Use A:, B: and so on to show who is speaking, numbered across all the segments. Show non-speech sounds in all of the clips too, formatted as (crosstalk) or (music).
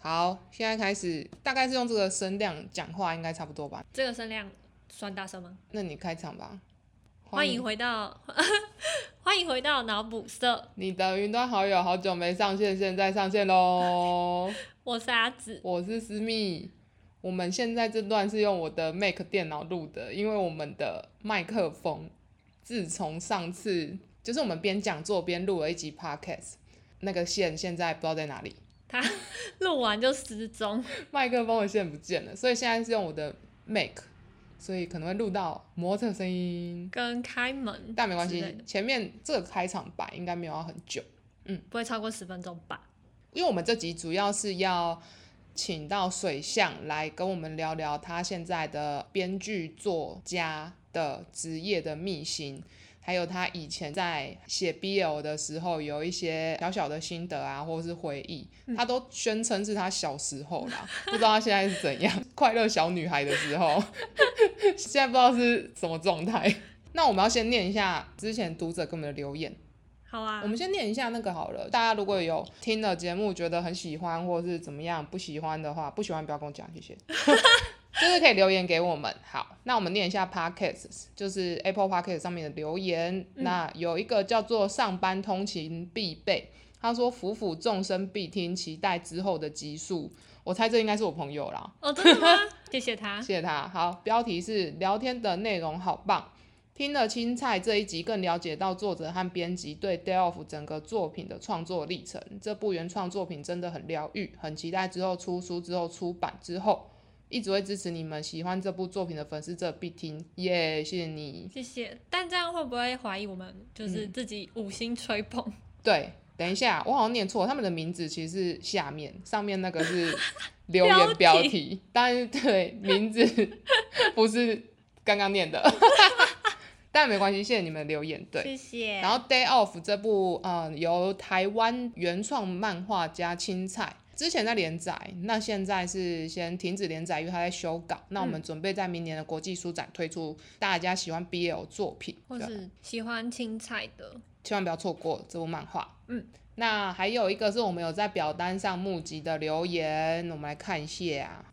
A: 好，现在开始，大概是用这个声量讲话，应该差不多吧？
B: 这个声量算大声吗？
A: 那你开场吧。
B: 欢迎回到， (laughs) 欢迎回到脑补社，
A: 你的云端好友好久没上线，现在上线
B: (laughs)
A: 喽！
B: 我是阿紫。
A: 我是思密，我们现在这段是用我的 Mac 电脑录的，因为我们的麦克风自从上次就是我们边讲座边录了一集 Podcast，那个线现在不知道在哪里，
B: 他录完就失踪，
A: 麦克风的线不见了，所以现在是用我的 Mac，所以可能会录到摩托车声音，
B: 跟开门，
A: 但没关
B: 之类
A: 系
B: 的，
A: 前面这个开场白应该没有要很久。
B: 不会超过十分钟吧？
A: 因为我们这集主要是要请到水象来跟我们聊聊他现在的编剧作家的职业的秘辛，还有他以前在写 BL 的时候有一些小小的心得啊，或者是回忆，
B: 嗯
A: 他都宣称是他小时候啦， (laughs) 不知道他现在是怎样， (laughs) 快乐小女孩的时候， (laughs) 现在不知道是什么状态。那我们要先念一下之前读者给我们的留言。
B: 好啊
A: 我，们先念一下那个好了，大家如果有听了节目觉得很喜欢或是怎么样不喜欢的话，不喜欢不要跟我讲，谢谢。就是可以留言给我们。好，那我们念一下 Podcast，就是 Apple Podcast 上面的留言。那有一个叫做“上班通勤必备”，他说“辅辅众生必听，期待之后的集数”。我猜这应该是我朋友啦。
B: 哦，真的
A: (laughs)
B: 吗？谢谢他，
A: 谢谢他。好，标题是聊天的内容好棒。听了青菜这一集，更了解到作者和编辑对 Delf 整个作品的创作历程。这部原创作品真的很疗愈，很期待之后出书、之后出版之后，一直会支持你们。喜欢这部作品的粉丝，这必听，耶、谢谢你。
B: 谢谢。但这样会不会怀疑我们就是
A: 嗯
B: 自己五星吹捧？
A: 对，等一下，我好像念错，他们的名字其实是下面，上面那个
B: (laughs)
A: 是留
B: 标
A: 言标
B: 题
A: 题，但是对名
B: (laughs)
A: 字不是刚刚念的，但没关系，谢谢你们留言。对，
B: 谢谢。
A: 然后《Day Off》这部呃由台湾原创漫画家青菜之前在连载，那现在是先停止连载，因为他在修稿。那我
B: 嗯
A: 们准备在明年的国际书展推出大家喜欢 BL 作品，
B: 或
A: 对
B: 是喜欢青菜的，
A: 千万不要错过这部漫画。
B: 嗯，
A: 那还有一个是我们有在表单上募集的留言，我们来看一下啊。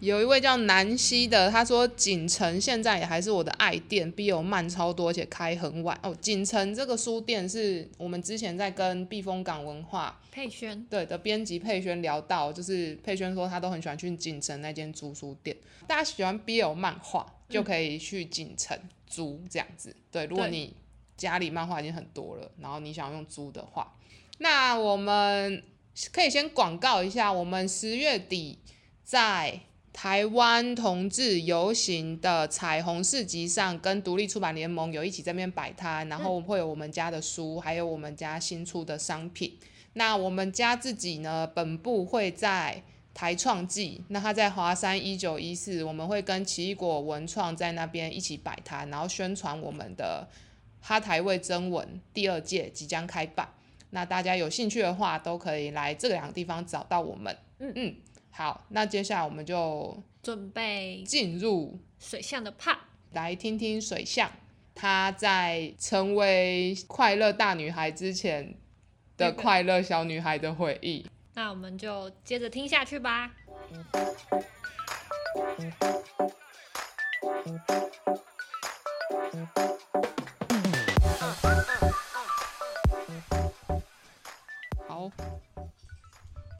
A: 有一位叫南希的，他说锦城现在也还是我的爱店，B 有慢超多，而且开很晚哦。锦城这个书店是我们之前在跟避风港文化
B: 佩轩
A: 对的编辑佩轩聊到，就是佩轩说他都很喜欢去锦城那间租书店，大家喜欢 BL 漫画就可以去锦城租这样子。对，如果
B: 对
A: 你家里漫画已经很多了，然后你想用租的话，那我们可以先广告一下，我们十月底在。台湾同志游行的彩虹市集上，跟独立出版联盟有一起在那边摆摊，然后会有我们家的书，还有我们家新出的商品。那我们家自己呢，本部会在台创季，那它在华山一九一四，我们会跟奇异果文创在那边一起摆摊，然后宣传我们的哈台味征文第二届即将开办。那大家有兴趣的话，都可以来这两个地方找到我们。
B: 嗯
A: 嗯，好，那接下来我们就
B: 准备
A: 进入
B: 水象的怕，
A: 来听听水象她在成为快乐大女孩之前的
B: 那个
A: 快乐小女孩的回忆。
B: 那我们就接着听下去吧。
A: 好，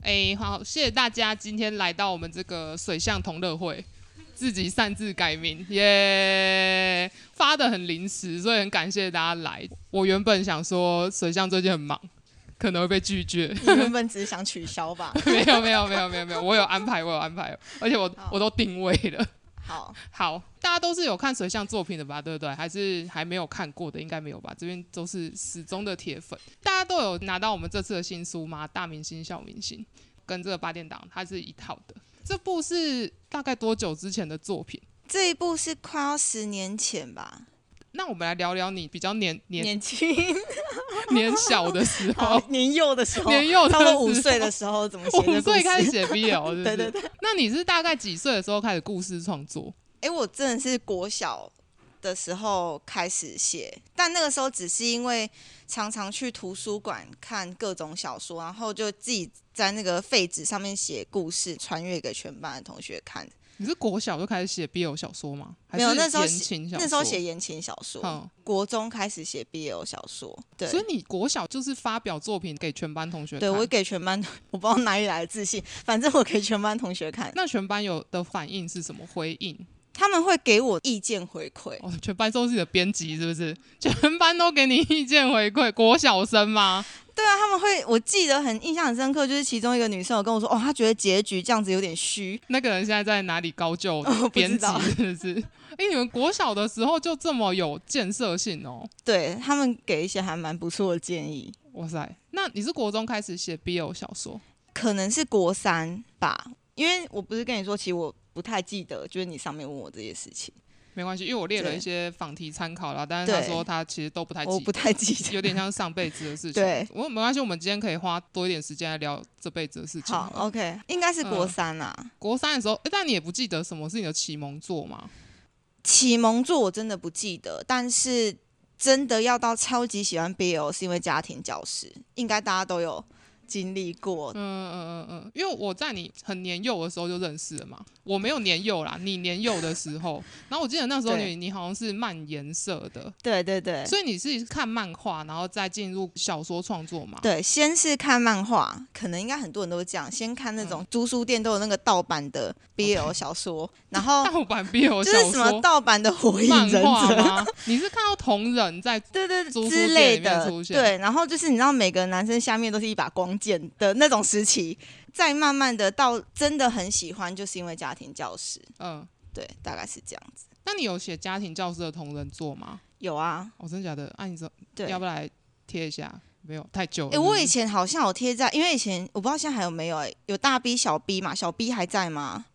A: 哎、好，谢谢大家今天来到我们这个水象同乐会，自己擅自改名，耶、发的很临时，所以很感谢大家来。我原本想说水象最近很忙，可能会被拒绝， (laughs)
C: (laughs) 你原本只是想取消吧？
A: 没有，没有，没有，没有，没有，我有安排，我有安排，而且我我都定位了。
C: 好，
A: 好，大家都是有看水象作品的吧，对不对？还是还没有看过的，应该没有吧？这边都是始终的铁粉，大家都有拿到我们这次的新书吗？大明星、小明星跟这个八点档，它是一套的。这部是大概多久之前的作品？
C: 这一部是快要十年前吧，
A: 那我们来聊聊你比较年年 (laughs)
C: 年轻
A: 年小的时
C: 好 (laughs)
A: 候，
C: 年幼的时候，
A: 年幼的
C: 差
A: 时
C: 不
A: 候
C: 多五岁的时
A: (laughs)
C: 候怎么写
A: 五
C: 的故
A: 岁开始
C: 事？
A: 写 BL，是不是
C: 对
A: (laughs)
C: 对对，
A: 那你是大概几岁的时候开始故事创作？
C: 哎，我真的是国小的时候开始写，但那个时候只是因为常常去图书馆看各种小说，然后就自己在那个废纸上面写故事，传阅给全班的同学看。
A: 你是国小就开始写 BL 小说吗？还
C: 没有
A: 是
C: 那时候
A: 言
C: 写
A: 情小说
C: 那时候写言情小说，
A: 嗯
C: 国中开始写 BL 小说，对。
A: 所以你国小就是发表作品给全班同学
C: 对，
A: 看
C: 我给全班， (laughs) 我不知道哪里来的自信，反正我给全班同学看，
A: 那全班有的反应是什么回应？
C: 他们会给我意见回馈。
A: 哦，全班都是你的编辑是不是？ (laughs) 全班都给你意见回馈，国小生吗？
C: 对啊，他们会，我记得很印象很深刻，就是其中一个女生有跟我说，哦，她觉得结局这样子有点虚，
A: 那个人现在在哪里高就
C: (laughs) 我不
A: 编
C: 知
A: 辑
C: 道
A: 是不是？ (laughs) 哎、你们国小的时候就这么有建设性哦！
C: 对他们给一些还蛮不错的建议，
A: 哇塞，那你是国中开始写 BL 小说？
C: 可能是国三吧，因为我不是跟你说，其实我不太记得，就是你上面问我这些事情，
A: 没关系，因为我列了
C: 对
A: 一些访题参考啦，但是他
C: 对
A: 说他其实都不太记
C: 我不太记得。
A: 有点像上辈子的事情。
C: (laughs) 对，
A: 我没关系，我们今天可以花多一点时间来聊这辈子的事情
C: 好
A: 好了。
C: ，OK，应该是国
A: 嗯
C: 三啊。
A: 国三的时候，诶但你也不记得什么是你的启蒙作吗？
C: 启蒙作我真的不记得，但是真的要到超级喜欢 BL 是因为家庭教师，应该大家都有经历过。
A: 嗯嗯嗯嗯，因为我在你很年幼的时候就认识了嘛，我没有年幼啦，你年幼的时候，然后我记得那时候
C: 对
A: 你你好像是漫颜社的，
C: 对对对
A: 所以你是看漫画，然后再进入小说创作嘛？
C: 对，先是看漫画，可能应该很多人都这样，先看那
A: 嗯
C: 种租书店都有那个盗版的 BL 小说，
A: (laughs)
C: 然后
A: 盗版 BL
C: 就
A: 小
C: 是什么
A: 说、
C: 盗版的火影
A: 漫
C: 忍
A: 画
C: 者。
A: 吗？你是看到同人在
C: (laughs) 对对
A: 租书
C: 之
A: 店
C: 类
A: 里面
C: 的
A: 出，现
C: 对，然后就是你知道每个男生下面都是一把光剑的那种时期，再慢慢的到真的很喜欢，就是因为家庭教师，
A: 嗯，
C: 对，大概是这样子。
A: 那你有写家庭教师的同人作吗？
C: 有啊，
A: 哦，真的假的？啊，你怎
C: 对。
A: 要
C: 哎、
A: 不来贴一下？没有，太久了。
C: 我
A: 是
C: 以
A: 不是
C: 前好像有贴在，因为以前我不知道现在还有没有、哎，有大 B 小 B 嘛，小 B 还在吗？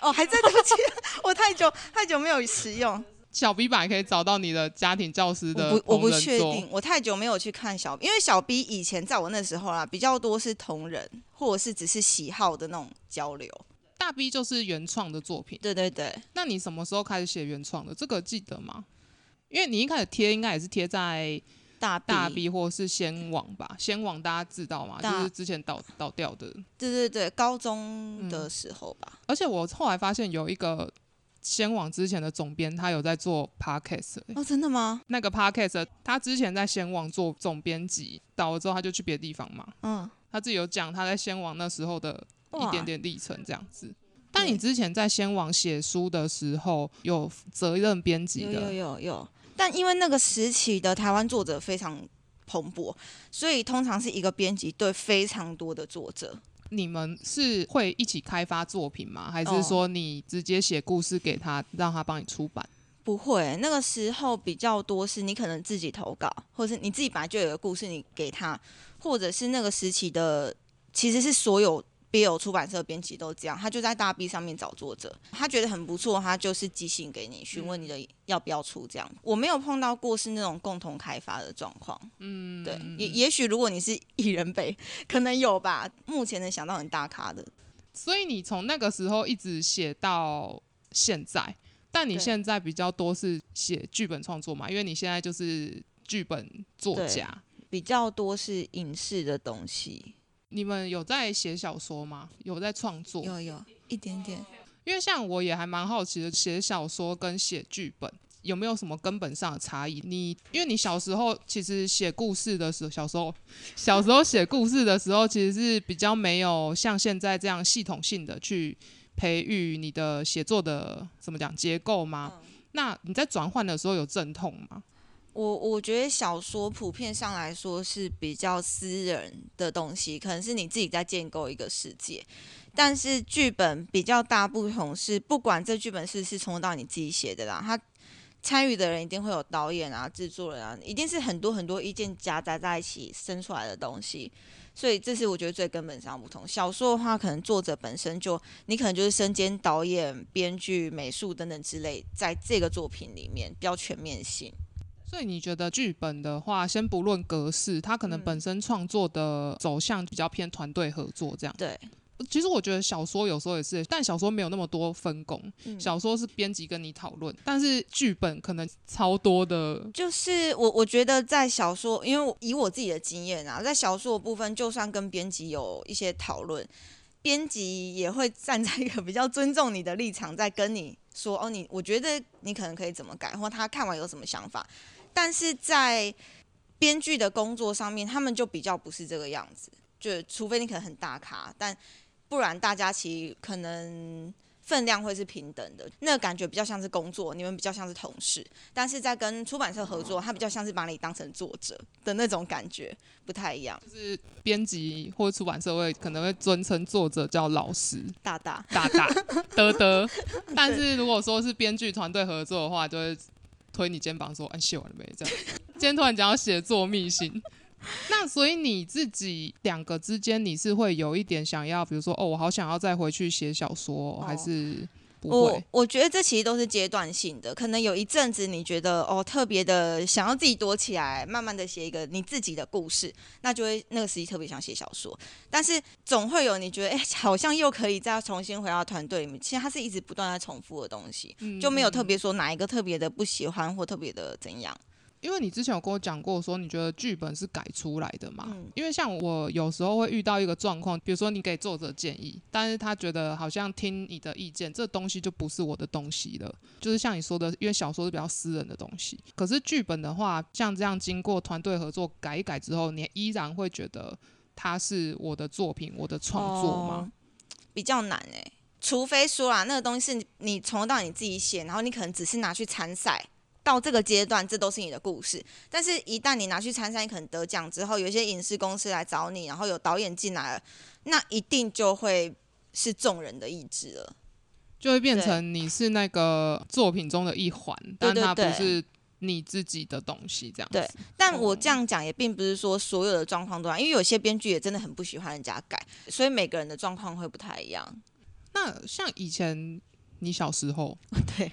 C: 哦，还在，对不起， (laughs) 我太久太久没有使用，
A: 小笔版可以找到你的家庭教师的
C: 我不我
A: 同
C: 不
A: 人
C: 确
A: 作
C: 定，我太久没有去看小，因为小 B 以前在我那时候啊啦，比较多是同人或者是只是喜好的那种交流，
A: 大 B 就是原创的作品。
C: 对对对，
A: 那你什么时候开始写原创的？这个记得吗？因为你一开始贴应该也是贴在
C: 大 B，,
A: 大 B 或是仙网吧，仙网大家知道吗？就
C: 大
A: 是之前倒倒掉的。
C: 对对对，高
A: 嗯
C: 中的时候吧，
A: 而且我后来发现有一个仙网之前的总编，他有在做 podcast，、欸
C: 哦，真的吗？
A: 那个 podcast 他之前在仙网做总编辑，倒了之后他就去别的地方嘛。
C: 嗯，
A: 他自己有讲他在仙网那时候的一
C: 哇
A: 点点历程这样子。但你之前在仙网写书的时候，有责任编辑
C: 有
A: 的
C: 有有有，但因为那个时期的台湾作者非常蓬勃，所以通常是一个编辑对非常多的作者。
A: 你们是会一起开发作品吗？还是
C: 哦
A: 说你直接写故事给他，让他帮你出版？
C: 不会，那个时候比较多是你可能自己投稿，或者是你自己本来就有个故事，你给他，或者是那个时期的其实是所有 BL 出版社编辑都这样，他就在大 B 上面找作者，他觉得很不错，他就是寄信给你询问你的要不要出这样。我没有碰到过是那种共同开发的状况，嗯，对，也也许如果你是艺人北，可能有吧，目前能想到很大咖的，
A: 所以你从那个时候一直写到现在，但你
C: 对
A: 现在比较多是写剧本创作嘛？因为你现在就是剧本作
C: 对
A: 家。
C: 比较多是影视的东西，
A: 你们有在写小说吗？有在创作？
C: 有有一点点。
A: 因为像我也还蛮好奇的，写小说跟写剧本有没有什么根本上的差异？你因为你小时候其实写故事的时候，小时候小时候写故事的时候，其实是比较没有像现在这样系统性的去培育你的写作的怎么讲结构吗？那你在转换的时候有阵痛吗？
C: 我我觉得小说普遍上来说是比较私人的东西，可能是你自己在建构一个世界。但是剧本比较大不同是，不管这剧本是是从头到尾你自己写的啦，他参与的人一定会有导演啊、制作人啊，一定是很多很多意见夹杂在一起生出来的东西。所以这是我觉得最根本上的不同。小说的话，可能作者本身就你可能就是身兼导演、编剧、美术等等之类，在这个作品里面比较全面性。
A: 所以你觉得剧本的话，先不论格式，它可能
C: 嗯
A: 本身创作的走向比较偏团队合作这样。呃
C: 对，
A: 其实我觉得小说有时候也是，但小说没有那么多分工，
C: 嗯
A: 小说是编辑跟你讨论，但是剧本可能超多的。
C: 就是我，我觉得在小说，因为我以我自己的经验啊，在小说的部分，就算跟编辑有一些讨论，编辑也会站在一个比较尊重你的立场，在跟你说哦，你我觉得你可能可以怎么改，或他看完有什么想法。但是在编剧的工作上面，他们就比较不是这个样子，就除非你可能很大咖，但不然大家其实可能分量会是平等的，那个感觉比较像是工作，你们比较像是同事。但是在跟出版社合作，他比较像是把你当成作者的那种感觉，不太一样。
A: 就是编辑或出版社会可能会尊称作者叫老师
C: 大大，
A: 大大德
C: (laughs)
A: 德，但是如果说是编剧团队合作的话，就会推你肩膀说：“哎，写完了没？”这样。今天突然讲到写作秘辛，那所以你自己两个之间，你是会有一点想要，比如说哦，我好想要再回去写小说哦，还
C: 哦
A: 是不
C: 我
A: 会？
C: 我觉得这其实都是阶段性的，可能有一阵子你觉得哦特别的想要自己躲起来，慢慢的写一个你自己的故事，那就会那个时期特别想写小说，但是总会有你觉得哎、好像又可以再重新回到团队里面，其实它是一直不断在重复的东西，
A: 嗯
C: 就没有特别说哪一个特别的不喜欢或特别的怎样。
A: 因为你之前有跟我讲过，说你觉得剧本是改出来的嘛？
C: 嗯
A: 因为像我有时候会遇到一个状况，比如说你给作者建议，但是他觉得好像听你的意见，这东西就不是我的东西了。就是像你说的，因为小说是比较私人的东西，可是剧本的话，像这样经过团队合作改一改之后，你依然会觉得它是我的作品，我的创作
C: 哦
A: 吗？
C: 比较难哎、除非说啦，那个东西是你你从头到尾你自己写，然后你可能只是拿去参赛，到这个阶段这都是你的故事。但是，一旦你拿去参赛，你可能得奖之后，有一些影视公司来找你，然后有导演进来了，那一定就会是众人的意志了。
A: 就会变
C: 对
A: 成你是那个作品中的一环，但
C: 对
A: 它不
C: 对
A: 是你自己的东西，这样子。
C: 对但我
A: 哦
C: 这样讲也并不是说所有的状况都这样，因为有些编剧也真的很不喜欢人家改，所以每个人的状况会不太一样。
A: 那像以前你小时候
C: (laughs) 对，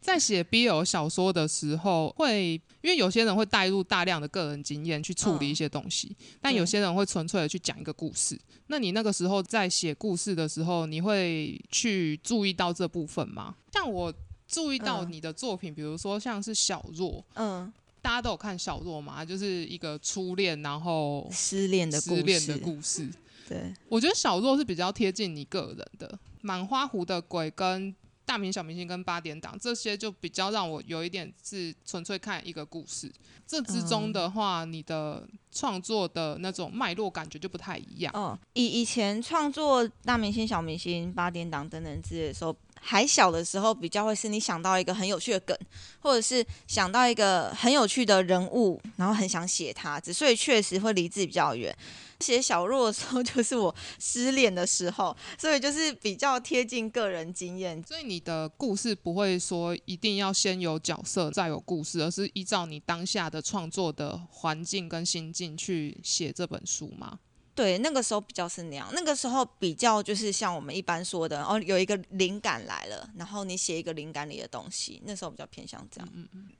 A: 在写 BL 小说的时候，会因为有些人会带入大量的个人经验去处理一些东西，
C: 嗯
A: 但有些人会纯粹的去讲一个故事。那你那个时候在写故事的时候，你会去注意到这部分吗？像我注意到
C: 嗯
A: 你的作品，比如说像是小若。
C: 嗯，
A: 大家都有看小若嘛，就是一个初恋，然后
C: 失恋的故
A: 失
C: 事，
A: 恋的故事。
C: 对，
A: 我觉得小若是比较贴近你个人的，《满花湖的鬼》跟《大明小明星》跟《八点档》这些就比较让我有一点是纯粹看一个故事。这之中的话，你的创作的那种脉络感觉就不太一样。
C: 哦，以以前创作大明星、小明星、八点档等等之类的时候，还小的时候比较会是你想到一个很有趣的梗，或者是想到一个很有趣的人物，然后很想写他，只所以确实会离自己比较远。写小若的时候， (laughs) 就是我失恋的时候，所以就是比较贴近个人经验。
A: 所以你的故事不会说一定要先有角色再有故事，而是依照你当下的创作的环境跟心境去写这本书吗？
C: 对，那个时候比较是那样，那个时候比较就是像我们一般说的，哦，有一个灵感来了，然后你写一个灵感里的东西，那时候比较偏向这样。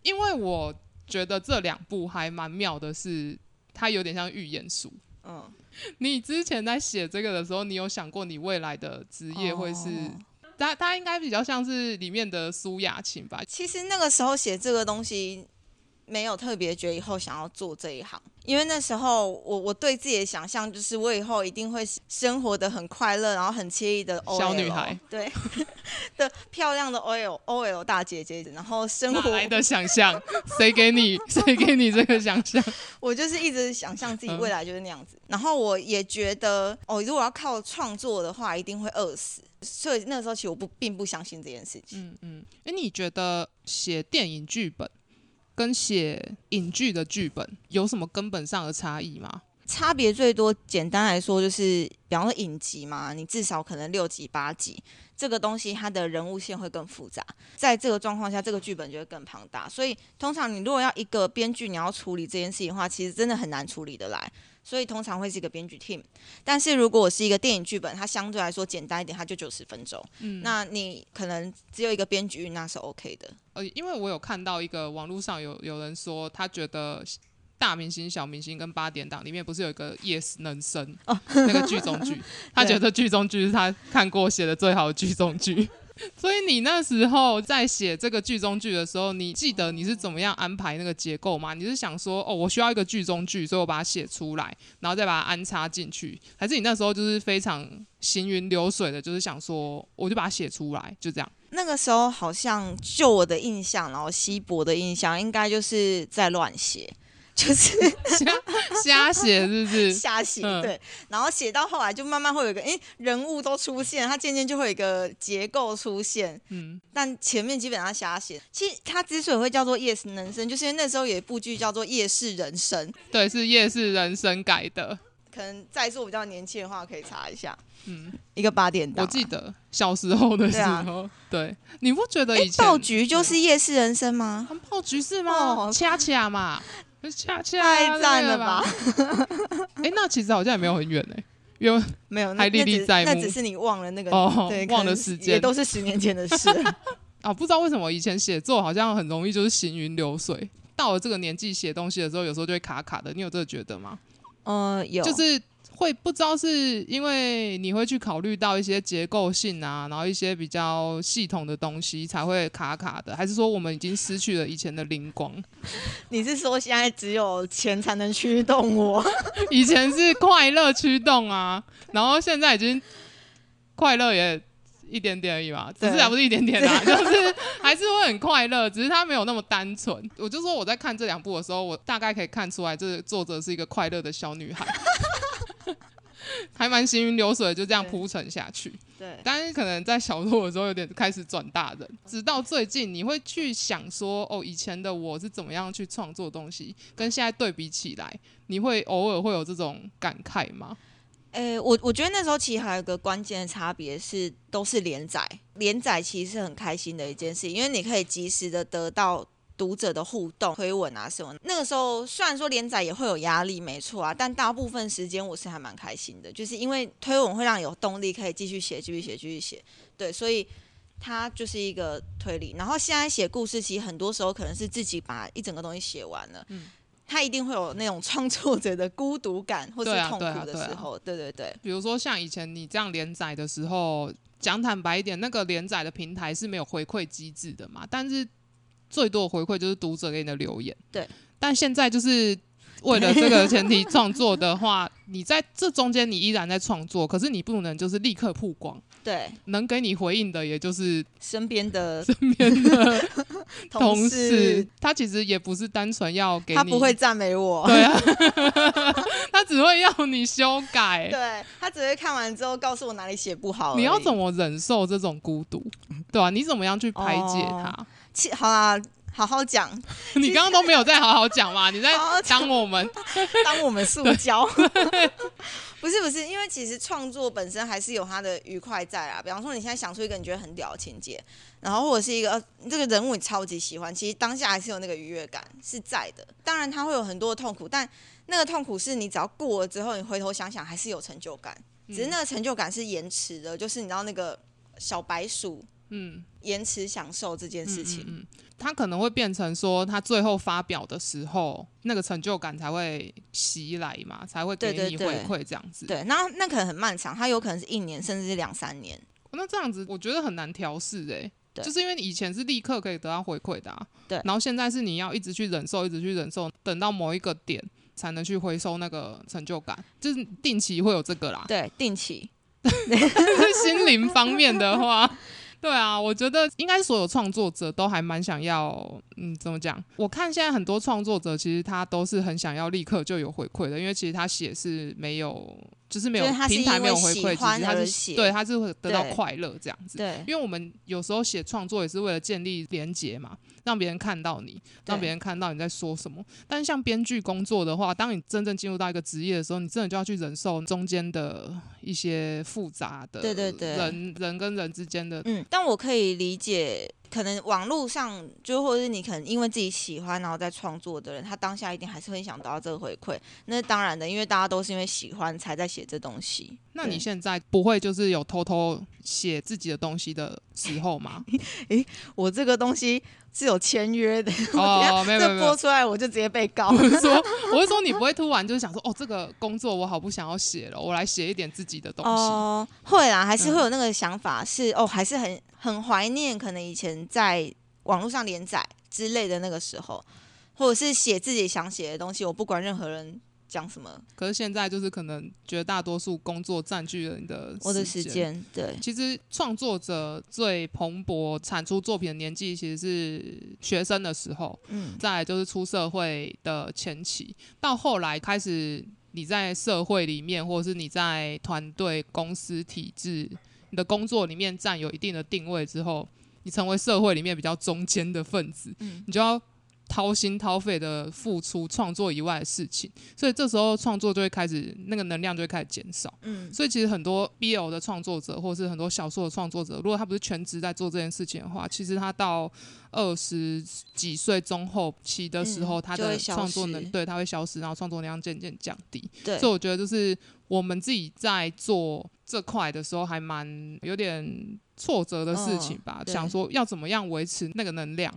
A: 因为我觉得这两部还蛮妙的是它有点像预言书。
C: 嗯，
A: 你之前在写这个的时候，你有想过你未来的职业会是？
C: 哦
A: 它它应该比较像是里面的苏雅琴吧？
C: 其实那个时候写这个东西，没有特别觉得以后想要做这一行，因为那时候我我对自己的想象就是我以后一定会生活的很快乐，然后很惬意的 OL,
A: 小女孩，
C: 对 (laughs) 的漂亮的 OL OL 大姐姐，然后生
A: 哪
C: 活
A: 来的想象？ (laughs) 谁给你谁给你这个想 (laughs) 象？
C: 我就是一直想象
A: 嗯
C: 自己未来就是那样子，然后我也觉得哦，如果要靠创作的话，一定会饿死，所以那个时候其实我不并不相信这件事情。
A: 嗯嗯，哎，你觉得写电影剧本跟写影剧的剧本有什么根本上的差异吗？
C: 差别最多，简单来说就是，比方说影集嘛，你至少可能六集八集，这个东西它的人物线会更复杂，在这个状况下，这个剧本就会更庞大。所以通常你如果要一个编剧你要处理这件事情的话，其实真的很难处理得来。所以通常会是一个编剧 team，但是如果我是一个电影剧本，它相对来说简单一点，它就九十分钟。
A: 嗯
C: 那你可能只有一个编剧，那是 OK 的。
A: 呃，因为我有看到一个网络上有有人说，他觉得大明星、小明星跟八点档里面不是有一个 Yes 能生、那个剧中剧，他觉得剧中剧是他看过写的最好的剧中剧。 (laughs) 所以你那时候在写这个剧中剧的时候，你记得你是怎么样安排那个结构吗？你是想说，哦，我需要一个剧中剧，所以我把它写出来，然后再把它安插进去，还是你那时候就是非常行云流水的，就是想说，我就把它写出来，就这样。 (laughs)
C: 那个时候好像就我的印象，然后稀薄的印象，应该就是在乱写， (laughs) 就是
A: 瞎瞎写是不是？
C: 瞎写，
A: 嗯
C: 对。然后写到后来就慢慢会有一个，诶，人物都出现，它渐渐就会有一个结构出现，
A: 嗯，
C: 但前面基本上瞎写。其实它之所以会叫做《夜市人生》，就是因为那时候有一部剧叫做《夜市人生》，
A: 对，是夜市人生改的。
C: 可能在座比较年轻的话可以查一下，
A: 嗯，
C: 一个八点档
A: 我
C: 啊。
A: 记得小时候的时候，对,、你不觉得
C: 诶
A: 以前嗯
C: 爆菊就是《夜市人生》吗？
A: 很爆菊是吗？
C: 哦
A: 恰恰嘛，恰恰
C: 太赞了吧！
A: 吧！哎、那其实好像也没有很远哎、因为
C: (laughs) 没有，
A: 还
C: 那
A: 历
C: 那
A: 历
C: 只
A: 在
C: 那
A: 目
C: 只是你忘了那个
A: 哦
C: 对，
A: 忘了
C: 可能
A: 时
C: 也
A: 间
C: 都是十年前的
A: (laughs)
C: 事了。
A: 啊，不知道为什么以前写作好像很容易就是行云流水，到了这个年纪写东西的时候，有时候就会卡卡的。你有这个觉得吗？
C: 嗯，有，
A: 就是会不知道是因为你会去考虑到一些结构性啊，然后一些比较系统的东西才会卡卡的，还是说我们已经失去了以前的灵光？
C: 你是说现在只有钱才能驱动我？
A: 以前是快乐驱动啊，然后现在已经快乐也一点点而已嘛，只
C: 对
A: 是还不是一点点啦、就是还是会很快乐，只是它没有那么单纯。我就说我在看这两部的时候，我大概可以看出来，这作者是一个快乐的小女孩， (laughs) 还蛮行云流水的，就这样
C: 对
A: 铺陈下去。
C: (laughs) 对，
A: 但是可能在小弱的时候有点开始转大人，直到最近你会去想说，哦，以前的我是怎么样去创作东西，跟现在对比起来，你会偶尔会有这种感慨吗？
C: 诶、我我觉得那时候其实还有一个关键的差别是，都是连载，连载其实是很开心的一件事，因为你可以及时的得到。读者的互动、推文啊什么，那个时候虽然说连载也会有压力，没错啊，但大部分时间我是还蛮开心的，就是因为推文会让你有动力，可以继续写、继续写、继续写。对，所以它就是一个推理。然后现在写故事，其实很多时候可能是自己把一整个东西写完了，
A: 嗯
C: 它一定会有那种创作者的孤独感或是
A: 对啊
C: 痛
A: 对啊
C: 苦的
A: 对啊
C: 时候，对对对，
A: 比如说像以前你这样连载的时候，讲坦白一点，那个连载的平台是没有回馈机制的嘛，但是最多的回馈就是读者给你的留言。
C: 对，
A: 但现在就是。为了这个前提创作的话，你在这中间你依然在创作，可是你不能就是立刻曝光，
C: 对，
A: 能给你回应的，也就是
C: 身边的
A: 身边的同
C: 事
A: 事，，他其实也不是单纯要给你，
C: 他不会赞美我，
A: 对啊，他只会要你修改。
C: 对他只会看完之后告诉我哪里写不好而已。
A: 你要怎么忍受这种孤独，对吧、啊？你怎么样去排解它？
C: 其？好啦，好好讲，
A: (laughs) 你刚刚都没有在好好讲嘛，你在
C: (laughs) 好好讲
A: 当我们
C: 当我们塑
A: (laughs)
C: 胶。不是不是，因为其实创作本身还是有它的愉快在啊啦。比方说，你现在想出一个你觉得很屌的情节，然后或者是一个、呃、这个人物你超级喜欢，其实当下还是有那个愉悦感是在的。当然，它会有很多的痛苦，但那个痛苦是你只要过了之后，你回头想想还是有成就感，
A: 嗯
C: 只是那个成就感是延迟的，就是你知道那个小白鼠
A: 嗯。
C: 延迟享受这件 (laughs) 事情。
A: 嗯嗯嗯他可能会变成说，他最后发表的时候，那个成就感才会袭来嘛，才会给
C: 对对
A: 你回
C: 对
A: 馈这样子。
C: 对，那那可能很漫长，它有可能是一年甚至是两三年。
A: 哦那这样子，我觉得很难调试哎。
C: 对
A: 就是因为你以前是立刻可以得到回馈的、啊，
C: 对
A: 然后现在是你要一直去忍受，一直去忍受，等到某一个点才能去回收那个成就感，就是定期会有这个
C: (laughs)
A: 啦。
C: 对，定期。
A: 心灵方面的话，对啊，我觉得应该所有创作者都还蛮想要，嗯，怎么讲？我看现在很多创作者其实他都是很想要立刻就有回馈的，因为其实他写是没有，就是没有
C: 就是他是
A: 平台没有回
C: 因
A: 馈
C: 为
A: 机
C: 喜欢
A: 制，他
C: 而
A: 是
C: 写
A: 对他是会得到
C: 对
A: 快乐这样子。
C: 对，
A: 因为我们有时候写创作也是为了建立连结嘛，让别人看到你，让别人看到你在说什么。但是像编剧工作的话，当你真正进入到一个职业的时候，你真的就要去忍受中间的一些复杂的
C: 对对对
A: 人人跟人之间的。
C: 嗯，但我可以理解，可能网络上就或者是你可能因为自己喜欢然后在创作的人，他当下一定还是很想得到这个回馈，那是当然的，因为大家都是因为喜欢才在写这东西。
A: 那你
C: 对
A: 现在不会就是有偷偷写自己的东西的时候
C: (laughs)
A: 吗？
C: 我这个东西是有签约的，
A: 哦，没有没有
C: (laughs) 这
A: 没
C: 播
A: 有，
C: 出来我就直接被 (laughs) 告。
A: 我是说，我是说你不会突然就是想说，哦，这个工作我好不想要写了，我来写一点自己的东西。
C: 哦，会啦，还是会有那个想法是，哦，还是很很怀念可能以前在网络上连载之类的那个时候，或者是写自己想写的东西，我不管任何人讲什么，
A: 可是现在就是可能绝大多数工作占据了你的
C: 我的时
A: 间。
C: 间，对，
A: 其实创作者最蓬勃产出作品的年纪，其实是学生的时候，
C: 嗯，
A: 再来就是出社会的前期，到后来开始你在社会里面，或者是你在团队、公司体制、你的工作里面占有一定的定位之后，你成为社会里面比较中间的分子，
C: 嗯
A: 你就要掏心掏肺的付出创作以外的事情，所以这时候创作就会开始那个能量就会开始减少。
C: 嗯，
A: 所以其实很多 BL 的创作者，或是很多小说的创作者，如果他不是全职在做这件事情的话，其实他到二十几岁中后期的时候，
C: 嗯
A: 他
C: 就
A: 的
C: 会消
A: 创作能
C: 失
A: 对他会消失，然后创作量渐渐降低。
C: 对
A: 所，以我觉得就是我们自己在做这块的时候，还蛮有点挫折的事情吧，
C: 嗯对
A: 想说要怎么样维持那个能量，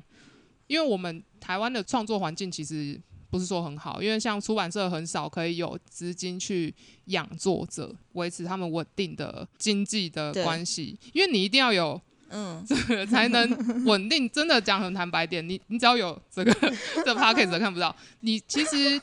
A: 因为我们台湾的创作环境其实。不是说很好，因为像出版社很少可以有资金去养作者，维持他们稳定的经济的
C: 对
A: 关系。因为你一定要有
C: 嗯，
A: 才能稳定。真的讲很坦白点，你你只要有这
C: (laughs)
A: 个这 p o c k e t 看不到，你其实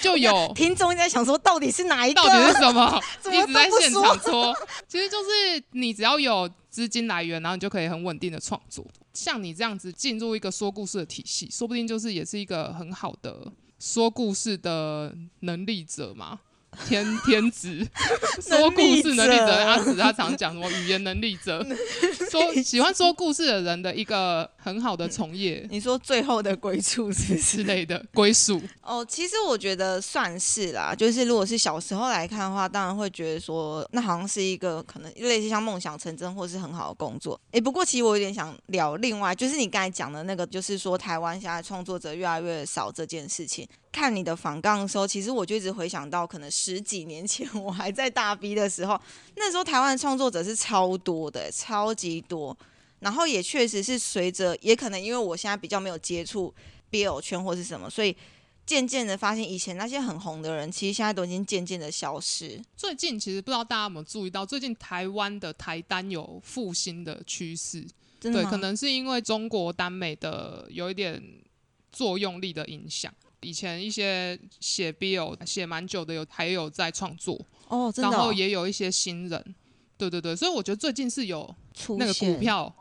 A: 就有
C: 听众应该想说到底是哪一
A: (laughs)
C: 个？
A: 到底是什么？
C: (laughs) 怎么
A: 一直在
C: 都不
A: 现
C: 说
A: 场搓，其实就是你只要有资金来源，然后你就可以很稳定的创作。像你这样子进入一个说故事的体系，说不定就是也是一个很好的说故事的能力者嘛。 (laughs) 天天职，
C: (laughs)
A: 说故事能力者，阿紫他常讲什么语言能力者，
C: (laughs)
A: 说喜欢说故事的人的一个很好的从业
C: 你说最后的归处是
A: 之
C: 不是？
A: 类的归属。
C: 哦，其实我觉得算是啦，就是如果是小时候来看的话，当然会觉得说那好像是一个可能类似像梦想成真或是很好的工作。诶，不过其实我有点想聊另外，就是你刚才讲的那个，就是说台湾现在创作者越来越少这件事情。看你的访杠的时候，其实我就一直回想到，可能十几年前 (laughs) 我还在大 B 的时候，那时候台湾的创作者是超多的，超级多。然后也确实是随着，也可能因为我现在比较没有接触 BL 圈或是什么，所以渐渐的发现，以前那些很红的人，其实现在都已经渐渐的消失。
A: 最近其实不知道大家有没有注意到，最近台湾的台单有复兴的趋势，
C: 真的
A: 对，
C: 吗？
A: 可能是因为中国耽美的有一点作用力的影响。以前一些写 BL 写蛮久的有还有在创作，
C: 哦，真
A: 然
C: 的、哦、
A: 后也有一些新人，对对对，所以我觉得最近是有
C: 出
A: 那个股
C: 现
A: 票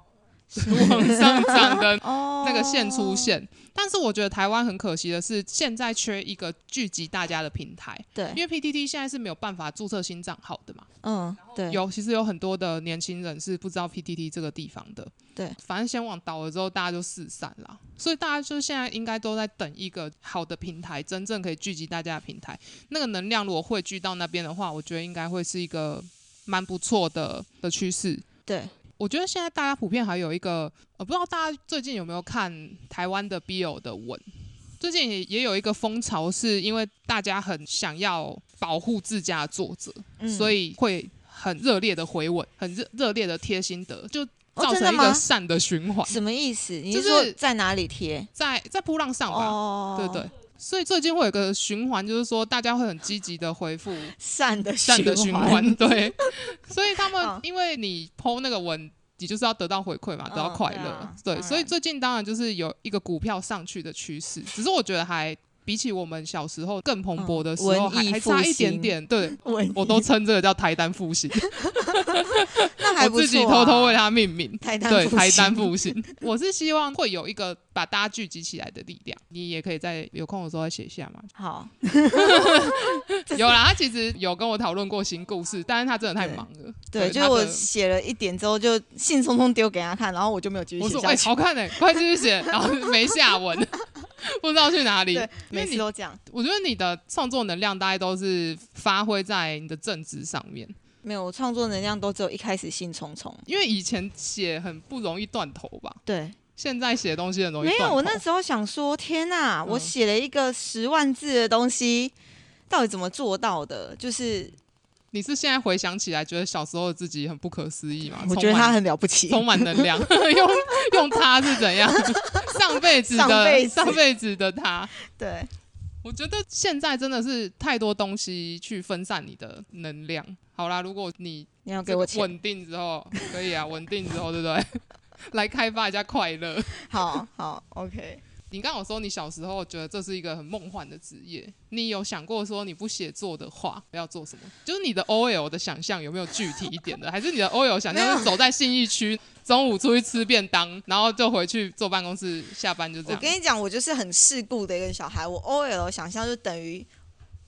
A: 往上涨的
C: (laughs) 哦，
A: 那个线出现，但是我觉得台湾很可惜的是，现在缺一个聚集大家的平台，
C: 对，
A: 因为 PTT 现在是没有办法注册新账号的嘛。
C: 嗯，对，
A: 有，其实有很多的年轻人是不知道 PTT 这个地方的。
C: 对，
A: 反正先网倒了之后，大家就四散啦。所以大家就现在应该都在等一个好的平台，真正可以聚集大家的平台。那个能量如果汇聚到那边的话，我觉得应该会是一个蛮不错的的趋势。
C: 对，
A: 我觉得现在大家普遍还有一个，呃，不知道大家最近有没有看台湾的 BL 的文？最近也也有一个风潮，是因为大家很想要保护自家的作者，
C: 嗯
A: 所以会很热烈的回吻，很热热烈的贴心得，就
C: 哦
A: 造
C: 真的
A: 成一个
C: 吗
A: 善的循环，
C: 什么意思？你是
A: 就是
C: 说在哪里贴？
A: 在在扑浪上吧，
C: 哦，
A: 对对。所以最近会有一个循环，就是说大家会很积极的回
C: (laughs)
A: 复
C: 善的
A: 善的循
C: (laughs)
A: 环，对。所以他们
C: 嗯
A: 因为你 PO 那个文，你就是要得到回馈嘛，得到
C: 嗯
A: 快
C: 对
A: 乐
C: 啊，
A: 对。
C: 当
A: 所以
C: 然
A: 最近当然就是有一个股票上去的趋势，只是我觉得还比起我们小时候更蓬勃的时候，
C: 嗯文
A: 还
C: 艺
A: 还差
C: 复
A: 一点
C: 兴
A: 点，
C: (laughs)
A: 对。
C: 文
A: 我都称这个叫台单复兴，
C: 那 (laughs) 还不
A: 我
C: 错、
A: 自
C: 啊，
A: 己偷偷为它命名。
C: 台单
A: 对，
C: 复
A: 台
C: 兴
A: 单复兴， (laughs) 我是希望会有一个把大家聚集起来的力量。你也可以在有空的时候再写一下嘛。
C: 好，
A: 有啦，他其实有跟我讨论过新故事，但是他真的太忙了。
C: 对，就是
A: 他
C: 我
A: 的
C: 写了一点之后，就兴冲冲丢给他看，然后我就没有继续
A: 我
C: 写
A: 说
C: 下
A: 哎、
C: 去。
A: 好看哎、快继续写， (laughs) 然后没下文， (laughs) 不知道去哪里。
C: 对，
A: 因
C: 每
A: 为
C: 次
A: 你，
C: 都这样，
A: 我觉得你的创作能量大概都是发挥在你的正职上面，
C: 没有，我创作能量都只有一开始兴冲冲。
A: 因为以前写很不容易断头吧，
C: 对，
A: 现在写东西很容易
C: 没
A: 断头。
C: 有，我那时候想说，天呐，
A: 嗯
C: 我写了一个十万字的东西，到底怎么做到的？就是
A: 你是现在回想起来觉得小时候的自己很不可思议吗？
C: 我觉得他
A: 充满
C: 很了不
A: (laughs)
C: 起。
A: 充满能量，用用他是怎样？ (laughs) 上辈子的
C: 上辈子
A: 上辈子的他，
C: 对，
A: 我觉得现在真的是太多东西去分散你的能量。好啦，如果你
C: 你要
A: 这
C: 啊给
A: 个
C: 我钱。
A: 稳定之后，可以啊，稳定之后，对 (laughs) 不对？来开发一下快乐。
C: 好好，OK。
A: 你刚刚有说你小时候觉得这是一个很梦幻的职业，你有想过说你不写作的话要做什么？就是你的 OL 的想象有没有具体一点的？还是你的 OL 想象是走在信义区，中午出去吃便当，然后就回去坐办公室，下班 (laughs) 就这
C: 我
A: 样？
C: 跟你讲，我就是很世故的一个小孩。我 OL 想象就等于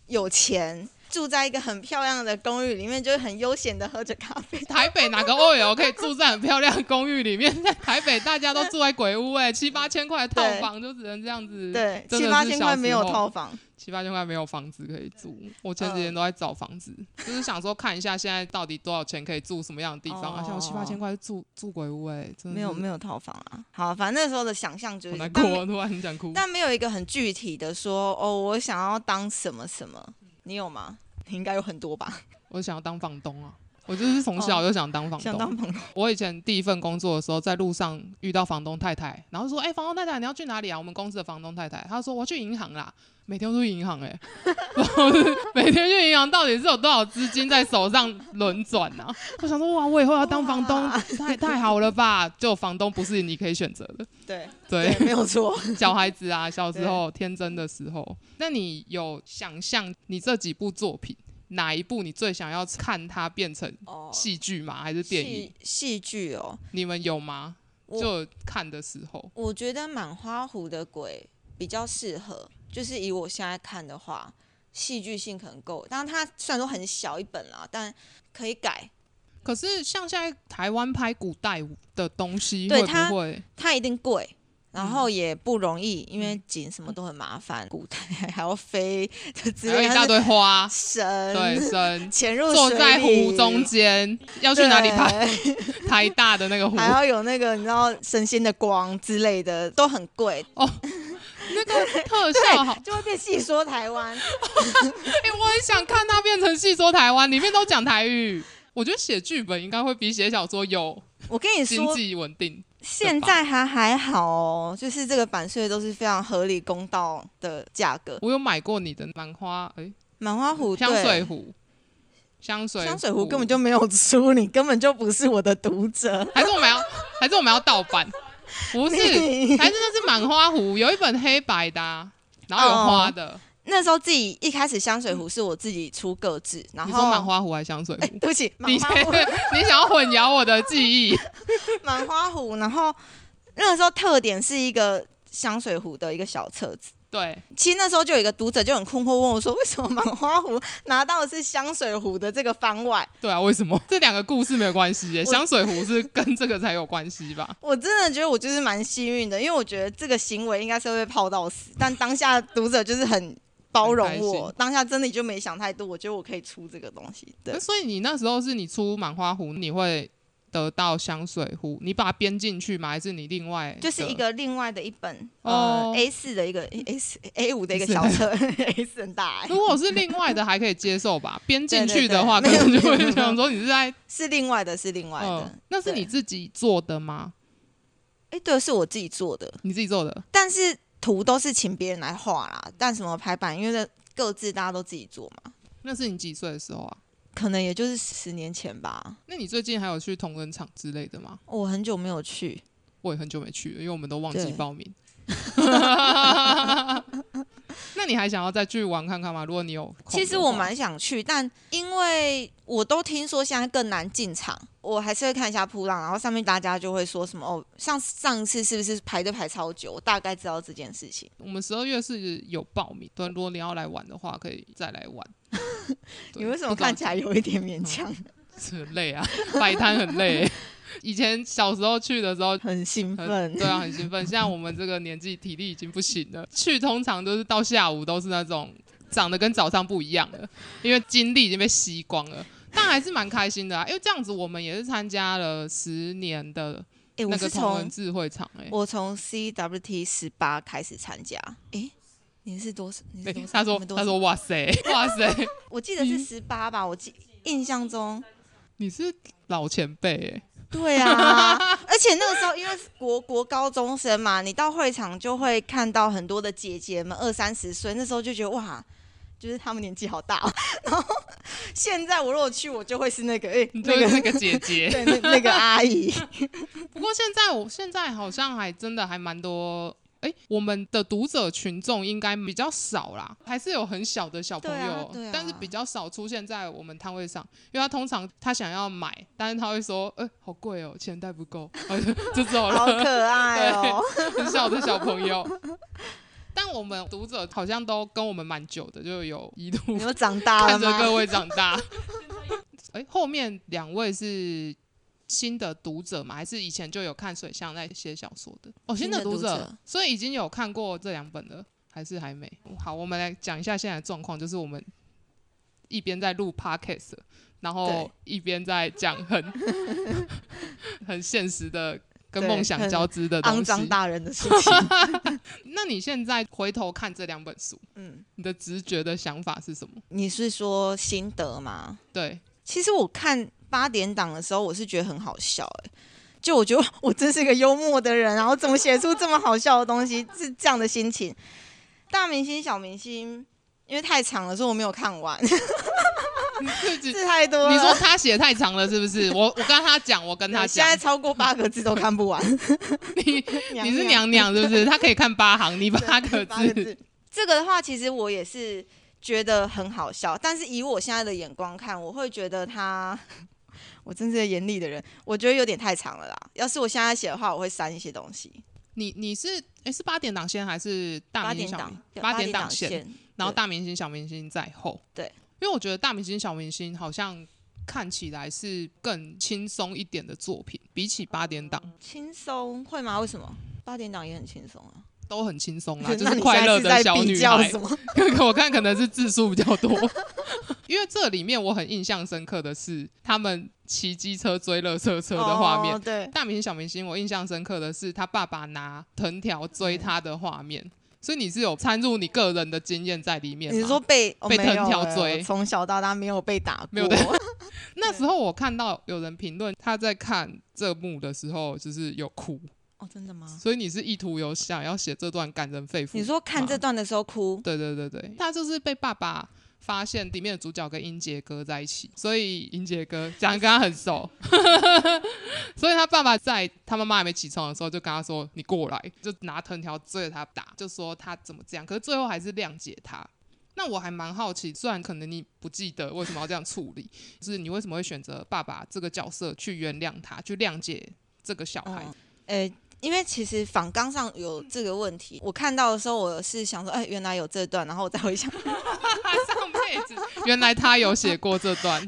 C: 有钱，住在一个很漂亮的公寓里面，就是很悠闲的喝着咖
A: (laughs)
C: 啡。
A: 台北哪个 OL 可以住在很漂亮的公寓里面？在台北大家都住在鬼屋、欸，哎，七八千块的套
C: 对
A: 房就只能这样子。
C: 对，
A: 真的
C: 七
A: 是
C: 八千块没有
A: 小时候
C: 套房。
A: 七八千块没有房子可以住，我前
C: 嗯
A: 几天都在找房子，就是想说看一下现在到底多少钱可以住什么样的地方啊？
C: 哦
A: 像我七八千块住住鬼屋哎、欸，真的
C: 没有没
A: 有，
C: 有套房啊。好，反正那时候的想象就
A: 好
C: 是，
A: 难
C: 但
A: 过
C: 没
A: 哦，突然很想哭。
C: 但没有一个很具体的说哦，我想要当什么什么。你有吗？你应该有很多吧，
A: 我想要当房东啊，我就是从小
C: 哦
A: 就想当房
C: 想
A: 东。
C: 当朋友。
A: 我以前第一份工作的时候，在路上遇到房东太太，然后说：“哎、房东太太，你要去哪里啊？”我们公司的房东太太，她说：“我要去银行啦，每天都去银行哎、欸， (laughs) 然后就是每天去银行到底是有多少资金在手上轮转啊？”我想说：“哇，我以后要当房东
C: 哇，
A: 太
C: (laughs)
A: 太好了吧？”就房东不是你可以选择的，
C: 对
A: 对
C: 对，，没有
A: (laughs)
C: 错。
A: 小孩子啊，小时候天真的时候，那你有想象你这几部作品哪一部你最想要看它变成
C: 哦，
A: 戏剧吗？还是电影？
C: 戏戏剧哦，
A: 你们有吗？
C: 我
A: 就看的时候，
C: 我觉得《满花湖的鬼》比较适合，就是以我现在看的话，戏剧性可能够。但它虽然说很小一本啦，但可以改。
A: 可是像现在台湾拍古代的东西，
C: 对
A: 会
C: 它
A: 不会？
C: 它一定贵，
A: 嗯
C: 然后也不容易，因为景什么都很麻烦，古代还要飞， (laughs) 就之
A: 还有
C: 类
A: 一大
C: 它是
A: 堆花，对，
C: 神
A: 神
C: 潜入
A: 坐
C: 水
A: 在湖
C: 里
A: 中间，要去哪里
C: 对
A: 拍？
C: (laughs)
A: 台大的那个湖，
C: 还要有那个你知道神仙的光之类的，都很
A: (laughs)
C: 贵，
A: 那个特效好
C: 对，，就会变戏说台湾。
A: 哎、我很想看它变成戏说台湾，里面都讲台语。我觉得写剧本应该会比写小说有
C: 我跟你
A: 经
C: 说，
A: 济稳定。
C: 现在还还好哦，就是这个版税都是非常合理公道的价格。
A: 我有买过你的兰花，哎、
C: 满花湖
A: 香水
C: 湖，
A: 壶，香水
C: 香水壶根本就没有出，你根本就不是我的读者。
A: 还是我们要，还是我们要盗版？不是，
C: (laughs) 你
A: 还是那是满花壶，有一本黑白的啊、然后有花的。
C: 那时候自己一开始香水壶是我自己出个字，然
A: 你说
C: 后
A: 满花壶还是香水壶？
C: 对不起，
A: (laughs)
C: 满
A: 你
C: 花壶
A: (laughs) 你想要混淆我的记
C: (laughs)
A: 忆？
C: 满花壶，然后那个时候特点是一个香水壶的一个小册子。
A: 对，
C: 其实那时候就有一个读者就很困惑，问我说：“为什么满花壶拿到的是香水壶的这个番外
A: 对啊，为什么这两个故事没有关系耶？
C: 我
A: 香水壶是跟这个才有关系吧？？”
C: 我真的觉得我就是蛮幸运的，因为我觉得这个行为应该是会被泡到死，但当下读者就是很包容
A: 很开
C: 我
A: 心，
C: 当下真的就没想太多，我觉得我可以出这个东西。 (laughs) 对
A: 那，所以你那时候是你出满花壶，你会得到香水壶，你把它编进去吗？还是你另外的
C: 就是一个另外的一本
A: 哦
C: 呃 A 四的一个 A 四 A 五的一个小册 (laughs) ，A 四很大、欸
A: 如，果是另外的，还可以接受
C: (laughs)
A: 吧。编进
C: 对对
A: 去
C: 对
A: 的话，可
C: 没有
A: 能就
C: 没
A: 会
C: 有
A: 想说你是在
C: 是另外的，是另外的。
A: 嗯，那是
C: 对
A: 你自己做的吗？
C: 哎、对，是我自己做的，
A: 你自己做的？
C: 但是图都是请别人来画啦，但什么排版，因为这各自大家都自己做嘛，
A: 那是你几岁的时候啊？
C: 可能也就是十年前吧。
A: 那你最近还有去同仁场之类的吗？
C: 我很久没有去，
A: 我也很久没去了，因为我们都忘记
C: 对
A: 报名。 (laughs) 那你还想要再去玩看看吗？如果你有空的话，
C: 其实我蛮想去，但因为我都听说现在更难进场，我还是会看一下铺浪，然后上面大家就会说什么哦，上上次是不是排队排超久？我大概知道这件事情，
A: 我们十二月是有报名，对，如果你要来玩的话，可以再来玩。对
C: (laughs) 你为什么看起来有一点勉强？
A: 不知道很累啊？ (laughs) 摆摊很累欸、以前小时候去的时候。
C: 很兴
A: 很
C: 奋，
A: 对啊，很兴奋。现在我们这个年纪，体力已经不行了。去通常都是到下午都是那种长得跟早上不一样的，因为精力已经被吸光了。但还是蛮开心的啊，因为这样子我们也是参加了十年的
C: 哎、
A: 那
C: 我
A: 个
C: 是
A: 同
C: 从
A: 人智慧场、欸，
C: 我从 CWT 十八开始参加，诶，你是多少？你是
A: 哎、
C: 多少？
A: 他
C: 你
A: 说
C: 们多
A: 他 (laughs)
C: 少
A: 说哇塞哇塞，
C: 我记得是
A: 嗯
C: 十八吧，我记印象中，
A: 你是老前辈哎、
C: 对
A: (laughs)
C: 啊，而且那个时候因为国国高中生嘛，你到会场就会看到很多的姐姐们二三十岁，那时候就觉得哇，就是她们年纪好大、哦。 (laughs) 然后现在我如果去，我就会是那个哎、
A: 你就
C: 那
A: 是
C: 个
A: 那个姐姐。
C: 对那那个
A: (laughs)
C: 阿姨，
A: 不过现在我现在好像还真的还蛮多。哎，我们的读者群众应该比较少啦，还是有很小的小朋
C: 对啊
A: 友，
C: 对啊
A: 但是比较少出现在我们摊位上，因为他通常他想要买，但是他会说，呃，好贵哦，钱带不够， (laughs) 然后就就走了。
C: 好可爱哦。
A: 很小的小朋友。但我们读者好像都跟我们蛮久的，就有一路
C: (laughs) 你们长大了
A: 看着
C: 吗？
A: 各位长大。 (laughs) 哎、后面两位是新的读者吗？还是以前就有看水象那些小说的？哦，新
C: 新
A: 的
C: 的
A: 读
C: 读
A: 者，
C: 者
A: 所以已经有看过这两本了，还是还没？好，我们来讲一下现在的状况，就是我们一边在录 podcast，然后
C: 对
A: 一边在讲很 (laughs) 很现实的。跟
C: 对
A: 梦想
C: 很
A: 交织的东
C: 肮
A: 西，
C: 脏大人的事
A: (laughs)
C: 情。
A: 那你现在回头看这两本书，
C: 嗯，
A: 你的直觉的想法是什么？
C: 你是说心得吗？
A: 对， (laughs)
C: 其实我看八点档的时候，我是觉得很好笑、欸，就我觉得 (laughs) 我真是个幽默的人，然后怎么写出这么好笑的东西，是这样的心情。大明星、小明星，因为太长了，所以我没有看完， (laughs)
A: 你自己，
C: 字太多 (laughs) 了。
A: 你说他写太长了是不是？我我跟他讲，我跟
C: 对
A: 他
C: 现
A: 讲
C: 在，超过八个字都看不完，
A: (laughs) 你你是
C: 娘
A: 娘娘是不是？他可以看八行，你八个
C: (laughs) 八个
A: 字，
C: 字。这个的话，其实我也是觉得很好笑，但是以我现在的眼光看，我会觉得他， (laughs) 我真是个严厉的人，我觉得有点太长了啦。要是我现在写的话，我会删一些东西。
A: 你你是诶是八点档先还是大
C: 八
A: 明
C: 点
A: 星小明
C: 档，对
A: 点
C: 档
A: 先，
C: 线，
A: 然后
C: 对
A: 大明星小明星在后。
C: 对，
A: 因为我觉得大明星小明星好像看起来是更轻松一点的作品，比起八点档
C: 轻松会吗？为什么？八点档也很轻松啊，
A: 都很轻松啦，
C: (laughs) 那
A: 嗯就是
C: 你
A: 快
C: 现在
A: 乐
C: 是
A: 的
C: 在
A: 小
C: 比
A: 女
C: 较
A: 孩
C: 什。么？
A: 我看可能是字数比较多， (laughs) 因为这里面我很印象深刻的是他们骑机车追垃圾车 (laughs) 的画面。
C: 哦对，
A: 大明星小明星，我印象深刻的是他爸爸拿藤条追他的画面，所以你是有掺入你个人的经验在里面吗。
C: 你是说被哦
A: 被
C: 没有
A: 藤条
C: 欸
A: 追
C: 我从小到大没有被打过，
A: 没有那时候我看到有人评论他在看这幕的时候就是有哭，
C: (laughs) 哦，真的吗？
A: 所以你是意图有想要写这段感人肺腑。
C: 你说看这段的时候哭，
A: 对对对对，他就是被爸爸发现里面的主角跟英杰哥在一起，所以英杰哥讲得跟他很熟， (laughs) 所以他爸爸在他妈妈还没起床的时候就跟他说：“你过来。”就拿藤条追着他打，就说他怎么这样，可是最后还是谅解他。那我还蛮好奇，虽然可能你不记得为什么要这样处理，就是你为什么会选择爸爸这个角色去原谅他，去谅解这个小孩？
C: 嗯呃，因为其实访纲上有这个问题，我看到的时候我是想说，哎，原来有这段，然后我再回想。
A: (laughs) 上辈子原来他有写过这段，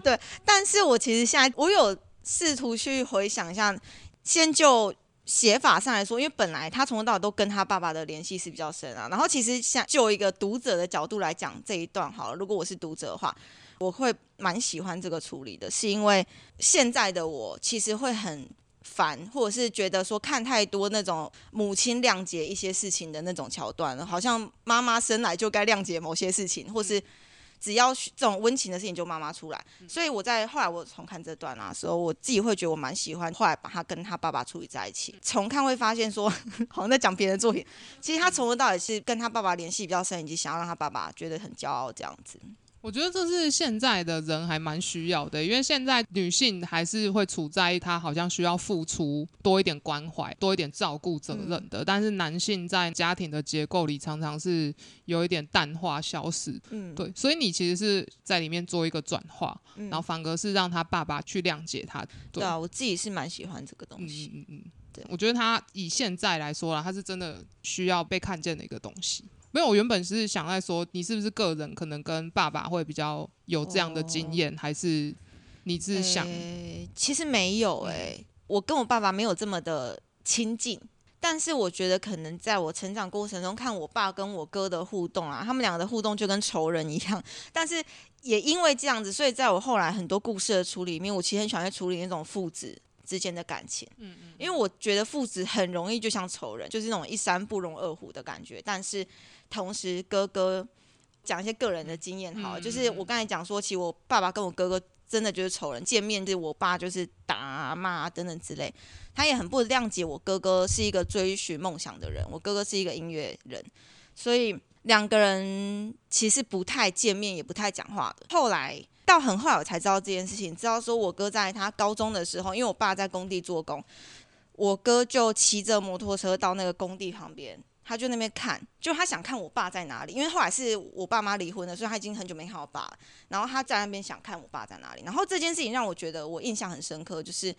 C: 但是我其实现在我有试图去回想一下，先就写法上来说，因为本来他从头到尾都跟他爸爸的联系是比较深啊。然后其实像就一个读者的角度来讲这一段好了，如果我是读者的话，我会蛮喜欢这个处理的，是因为现在的我其实会很。烦，或者是觉得说看太多那种母亲谅解一些事情的那种桥段了，好像妈妈生来就该谅解某些事情，或是只要这种温情的事情就妈妈出来。所以我在后来我重看这段啊，时候我自己会觉得我蛮喜欢，后来把他跟他爸爸处理在一起。重看会发现说， (laughs) 好像在讲别人的作品，其实他从头到尾是跟他爸爸联系比较深，以及想要让他爸爸觉得很骄傲这样子。
A: 我觉得这是现在的人还蛮需要的，因为现在女性还是会处在她好像需要付出多一点关怀、多一点照顾责任
C: 嗯
A: 的，但是男性在家庭的结构里常常是有一点淡化、消失。
C: 嗯，
A: 对，所以你其实是在里面做一个转化，
C: 嗯
A: 然后反而是让他爸爸去谅解他。
C: 对啊，我自己是蛮喜欢这个东
A: 嗯
C: 西。
A: 嗯嗯嗯
C: 对，
A: 我觉得他以现在来说啦，他是真的需要被看见的一个东西。没有，我原本是想在说，你是不是个人可能跟爸爸会比较有这样的经验，还是你嗯是想、
C: 诶其实没有哎、我跟我爸爸没有这么的亲近。但是我觉得，可能在我成长过程中，看我爸跟我哥的互动啊，他们两个的互动就跟仇人一样。但是也因为这样子，所以在我后来很多故事的处理里面，我其实很喜欢去处理那种父子之间的感情。嗯嗯，因为我觉得父子很容易就像仇人，就是那种一山不容二虎的感觉。但是同嗯时，哥哥讲一些个人的经验好了，就是我刚才讲说，其实我爸爸跟我哥哥真的就是仇人，见面就我爸就是打啊骂等等之类。他也很不谅解我哥哥是一个追寻梦想的人，我哥哥是一个音乐人，所以两个人其实不太见面，也不太讲话的。后来到很后来我才知道这件事情，知道说我哥在他高中的时候，因为我爸在工地做工，我哥就骑着摩托车到那个工地旁边。他就那边看，就他想看我爸在哪里，因为后来是我爸妈离婚了，所以他已经很久没看我爸了。然后他在那边想看我爸在哪里，然后这件事情让我觉得我印象很深刻，就是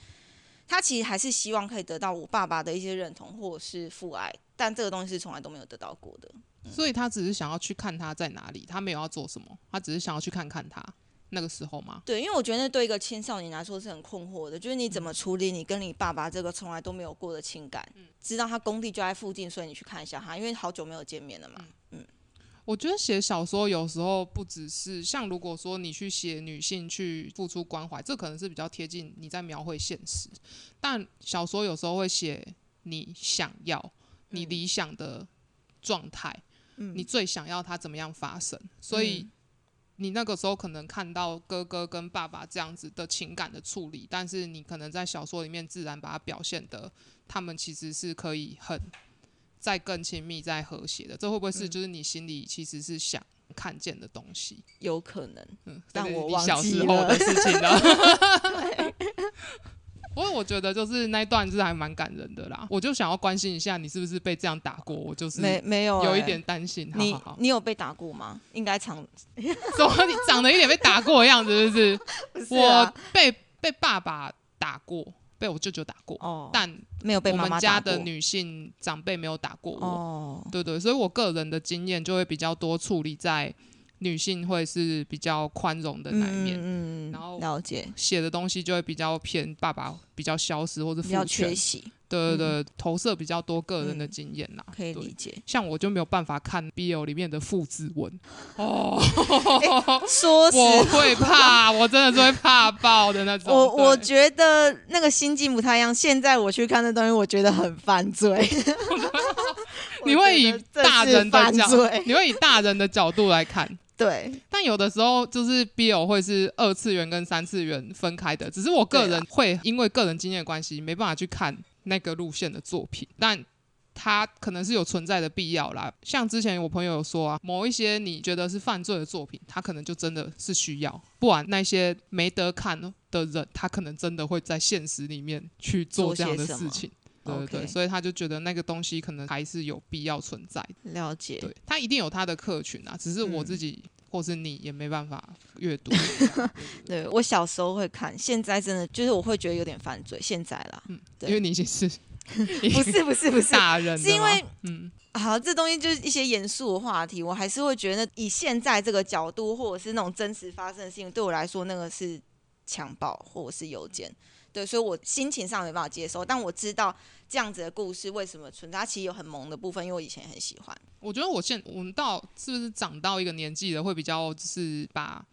C: 他其实还是希望可以得到我爸爸的一些认同或者是父爱，但这个东西是从来都没有得到过的。
A: 所以他只是想要去看他在哪里，他没有要做什么，他只是想要去看看他那个时候吗？
C: 对，因为我觉得那对一个青少年来说是很困惑的，就是你
A: 嗯
C: 怎么处理你跟你爸爸这个从来都没有过的情感。
A: 嗯
C: 知道他工地就在附近，所以你去看一下他，因为好久没有见面了嘛。
A: 我觉得写小说有时候不只是像，如果说你去写女性去付出关怀，这可能是比较贴近你在描绘现实。但小说有时候会写你想要、你理想的状态，
C: 嗯
A: 你最想要它怎么样发生。所以你那个时候可能看到哥哥跟爸爸这样子的情感的处理，但是你可能在小说里面自然把它表现的，他们其实是可以很再更亲密、再和谐的。这会不会是
C: 嗯
A: 就是你心里其实是想看见的东西？
C: 有可能。
A: 嗯，
C: 但
A: 这是
C: 我
A: 你
C: 忘
A: 小
C: 记
A: 时候的
C: 了
A: 事情
C: (laughs)
A: 了。不过我觉得就是那一段是还蛮感人的啦，我就想要关心一下你是不是被这样打过，我就是
C: 没没有、
A: 有一
C: 欸
A: 点担心。好
C: 你
A: 好好，
C: 你有被打过吗？应该常
A: (laughs) 怎么你长得一点被打过的样子，是不是？
C: 不 (laughs) 是
A: 我
C: 啊
A: 被被爸爸打过，被我舅舅打过，
C: 哦，
A: 但
C: 没有被
A: 我
C: 妈
A: 们
C: 妈
A: 家
C: 打过
A: 的女性长辈没有打过我。
C: 哦，
A: 对对，所以我个人的经验就会比较多处理在女性会是比较宽容的那一面，
C: 嗯嗯嗯
A: 然后
C: 了解
A: 写的东西就会比较偏爸爸比较消失或者
C: 比较
A: 父
C: 缺
A: 权，
C: 席，
A: 对对对，投射比较多个人的经验啦。
C: 可以理
A: 对，
C: 解。
A: 像我就没有办法看 BL 里面的父子文哦，
C: 说实
A: 我会怕，我真的是会怕爆的那种。
C: 我我
A: 对
C: 觉得那个心境不太一样。现在我去看那东西，我觉得很犯
A: (laughs)
C: 罪。
A: 你会以
C: 我觉得这是
A: 大人的
C: 犯
A: 角，
C: 罪，
A: 你会以大人的角度来看，
C: 对，
A: 但有的时候就是 BL 会是二次元跟三次元分开的，只是我个
C: 对
A: 人
C: 啊
A: 会因为个人经验的关系，没办法去看那个路线的作品，但。它可能是有存在的必要啦，像之前我朋友有说啊，某一些你觉得是犯罪的作品，它可能就真的是需要，不然那些没得看的人，他可能真的会在现实里面去做
C: 做
A: 这样
C: 些
A: 的
C: 什
A: 事
C: 么
A: 情，对对
C: OK
A: 对所以他就觉得那个东西可能还是有必要存在的
C: 了解。
A: 对，他一定有他的客群啊，只是我
C: 嗯
A: 自己、或是你也没办法阅读。
C: 对我小时候会看，现在真的就是我会觉得有点犯罪。现在
A: (laughs)
C: 啦，
A: 嗯，因
C: (laughs) 对
A: 为你已经是
C: (laughs) 不是不是不是，
A: 大人了吗，
C: 是因为
A: 嗯，
C: 好，这东西就是一些严肃的话题，我还是会觉得以现在这个角度，或者是那种真实发生的事情，对我来说那个是强暴或者是邮件，对，所以我心情上没办法接受，但我知道这样子的故事为什么存在，它其实有很萌的部分，因为我以前也很喜欢，
A: 我觉得我现我们到是不是长到一个年纪了，会比较就是把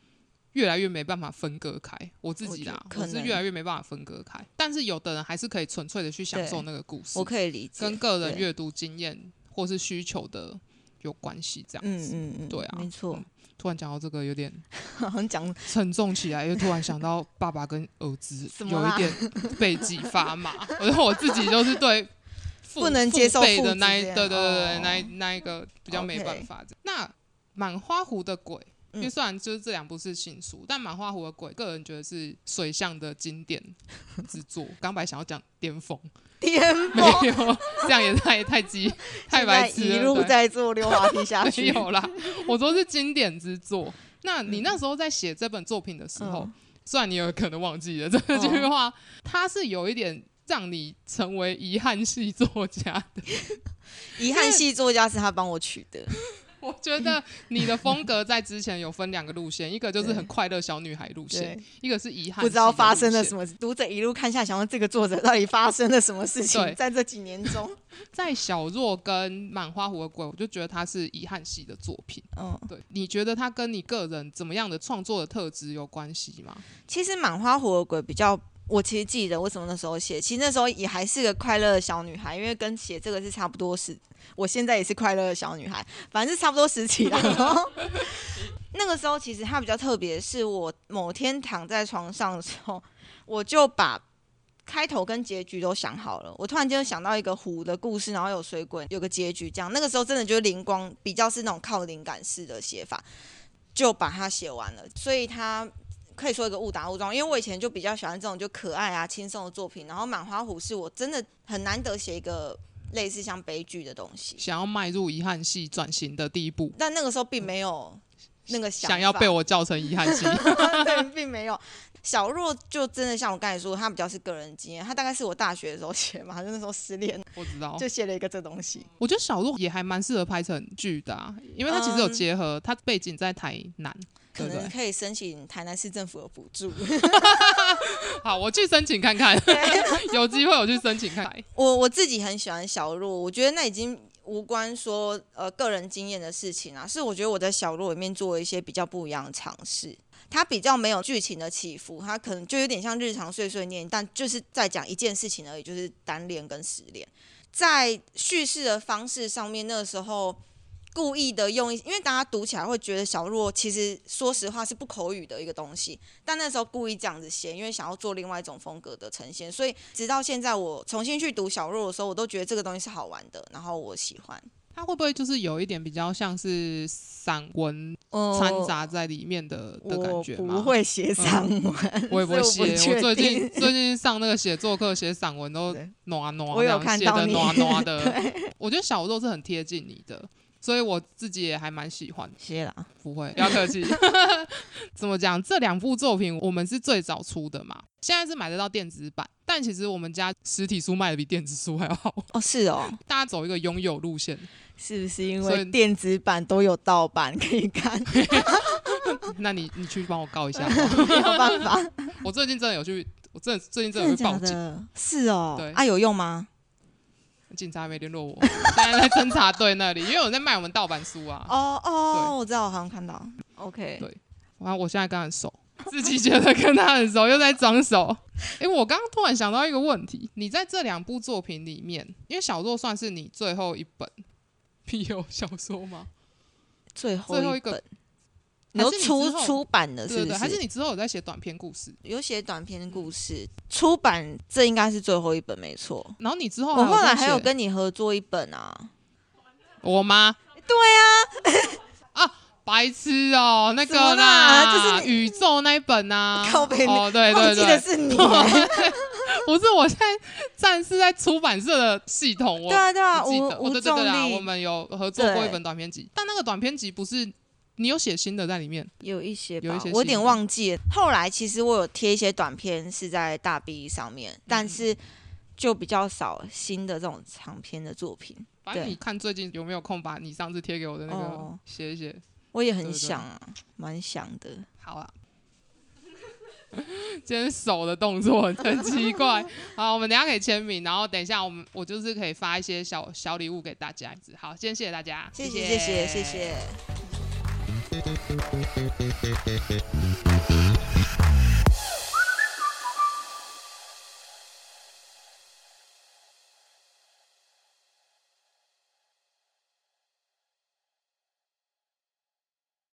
A: 越来越没办法分割开。我自
C: 我
A: 己
C: 觉
A: 啦，
C: 可
A: 我是
C: 能
A: 越来越没办法分割开，但是有的人还是可以纯粹的去享
C: 对
A: 受那个故事
C: 我，可以理解，
A: 跟个人
C: 对
A: 阅读经验或是需求的有关系。这样
C: 嗯
A: 子，
C: 嗯嗯，
A: 对啊嗯
C: 没错，
A: 突然讲到这个有点
C: 好像讲
A: 沉重起来，又突然想到爸爸跟儿子
C: 什么啊
A: 有一
C: 啦
A: 点背脊发麻， (laughs) 然后我自己就是对父
C: 不能接受
A: 父辈
C: 父
A: 的
C: 子
A: 那一对
C: 这样
A: 对对对
C: 哦
A: 那一那一个比较没
C: OK
A: 办法这样。那满花湖的鬼，因为
C: 嗯
A: 虽然就是这两部是新书，但满花湖的鬼，个人觉得是水象的经典之作。刚白想要讲巅峰， (laughs)
C: 巅
A: 没
C: 峰，
A: 有，这样也太太激太白
C: 现
A: 痴了，
C: 在一路
A: 对
C: 在做溜滑梯下
A: (laughs) 没
C: 去，
A: 有啦，我说是经典之作。那你那时候在写这本作品的时候，
C: 嗯哦
A: 虽然你有可能忘记了这句话，它是有一点让你成为遗憾系作家的。 (laughs)
C: 遗憾系作家是他帮我取的，
A: 我觉得你的风格在之前有分两个路线，一个就是
C: 对
A: 很快乐小女孩路线
C: 对，
A: 一 (laughs) 个是遗憾，
C: 不知道发生了
A: 了
C: 什
A: 么。
C: 么，读者一路看下，想问这个作者到底发生了什么事
A: 对
C: 情，在这几年中，
A: 在小若跟满花湖的鬼，我就觉得它是遗憾系的作品。
C: 嗯，
A: 对，你觉得它跟你个人怎么样的创作的特质有关系吗？
C: 其实《满花火的鬼》比较，我其实记得为什么那时候写，其实那时候也还是个快乐的小女孩，因为跟写这个是差不多时，我现在也是快乐的小女孩，反正是差不多时期啦。然后那个时候其实它比较特别，是我某天躺在床上的时候，我就把开头跟结局都想好了。我突然间想到一个湖的故事，然后有水鬼，有个结局这样。那个时候真的就是灵光比较是那种靠灵感式的写法，就把它写完了。所以它可以说一个误打误撞，因为我以前就比较喜欢这种就可爱啊、轻松的作品。然后《满花湖》是我真的很难得写一个类似像悲剧的东西，
A: 想要迈入遗憾系转型的第一步，
C: 但那个时候并没有那个
A: 想要
C: 法
A: 被我叫成遗憾系，
C: (laughs) 对，并没有。小若就真的像我刚才说，他比较是个人经验，他大概是我大学的时候写嘛，就那时候失恋，
A: 我知道。
C: 就写了一个这东西。
A: 我觉得小鹿也还蛮适合拍成剧的、啊，因为它其实有
C: 嗯
A: 结合，它背景在台南，
C: 可
A: 对不
C: 能
A: 对？
C: 可以申请台南市政府的补助。
A: 好，我去申请看看， (laughs) 有机会我去申请看看。
C: 我我自己很喜欢小若，我觉得那已经无关说呃个人经验的事情啊，是我觉得我在小若里面做了一些比较不一样的尝试。它比较没有剧情的起伏，它可能就有点像日常碎碎念，但就是在讲一件事情而已，就是单恋跟失恋。在叙事的方式上面，那个时候故意的用一，因为大家读起来会觉得小若其实说实话是不口语的一个东西，但那时候故意这样子写，因为想要做另外一种风格的呈现，所以直到现在我重新去读小若的时候，我都觉得这个东西是好玩的，然后我喜欢。
A: 它会不会就是有一点比较像是散文
C: 嗯
A: 掺杂在里面的、的感觉吗？
C: 不，会写散文，
A: 我也不会写。
C: 所以我不确
A: 我最近
C: 定
A: 最近上那个写作课，写散文都
C: 对
A: 暖啊暖，
C: 我有看到
A: 写的
C: 你
A: 暖暖的。我觉得小肉是很贴近你的，所以我自己也还蛮喜欢的。
C: 谢啦。
A: 不会，不要客气。 (laughs) 怎么讲？这两部作品我们是最早出的嘛，现在是买得到电子版，但其实我们家实体书卖的比电子书还要好。 (laughs)
C: 哦，是哦，
A: 大家走一个拥有路线，
C: 是不是因
A: 所以
C: 为电子版都有盗版可以看，
A: 那你你去帮我告一
C: (laughs)
A: 下好吗
C: 没有办法？
A: 我最近真的有去，我真的最近真
C: 真
A: 的有
C: 的
A: 去
C: 假
A: 报警，
C: 的？是哦
A: 对，
C: 啊，有用吗？
A: 警察还没联络我， (laughs) 现在在侦查队那里，因为我在卖我们盗版书啊。
C: 哦
A: 对
C: 哦，我知道，我好像看到。OK，
A: 对然后我现在跟他很熟，自己觉得跟他很熟，又在装熟。诶，我刚刚突然想到一个问题，你在这两部作品里面，因为小说算是你最后一本 P O 小说吗？
C: 最后
A: 最后一个
C: 本，你都
A: 还是你
C: 出
A: 之后
C: 出版的，
A: 对
C: 呃是
A: 对
C: 不
A: 对，还是你之后有在写短篇故事？
C: 有写短篇故事，出版这应该是最后一本，没错。
A: 然后你之后
C: 我后来
A: 在
C: 还有
A: 写
C: 跟你合作一本啊，
A: 我妈，
C: 对啊，
A: 白痴哦、那个
C: 怎么啦就是你
A: 宇宙那一本呐、啊，
C: 靠北你
A: 哦，对对
C: 忘记的
A: 对，
C: 是你。
A: 不是，我现在暂时在出版社的系统，我
C: (laughs) 对啊对啊，
A: 不记
C: 吴
A: 得，哦
C: 吴
A: 对对
C: 重
A: 对啊，我
C: 力
A: 们有合作过一
C: 对
A: 本短篇集，但那个短篇集不是你有写新的在里面，
C: 有一些
A: 有一
C: 吧
A: 些，
C: 我有
A: 新
C: 点
A: 的
C: 忘记了。后来其实我有贴一些短片是在大 B 上面，
A: 嗯
C: 但是就比较少新的这种长篇的作品。
A: 反正
C: 对
A: 你看最近有没有空把你上次贴给我的那个
C: 哦
A: 写一写。
C: 我也
A: 对
C: 很
A: 对
C: 想啊，蛮想的。
A: 好啊， (laughs) 今天手的动作
C: (laughs)
A: 很奇怪。好，我们等一下可以签名，然后等一下我们我就是可以发一些小小礼物给大家。好，今天谢谢大家，
C: 谢谢谢谢谢谢。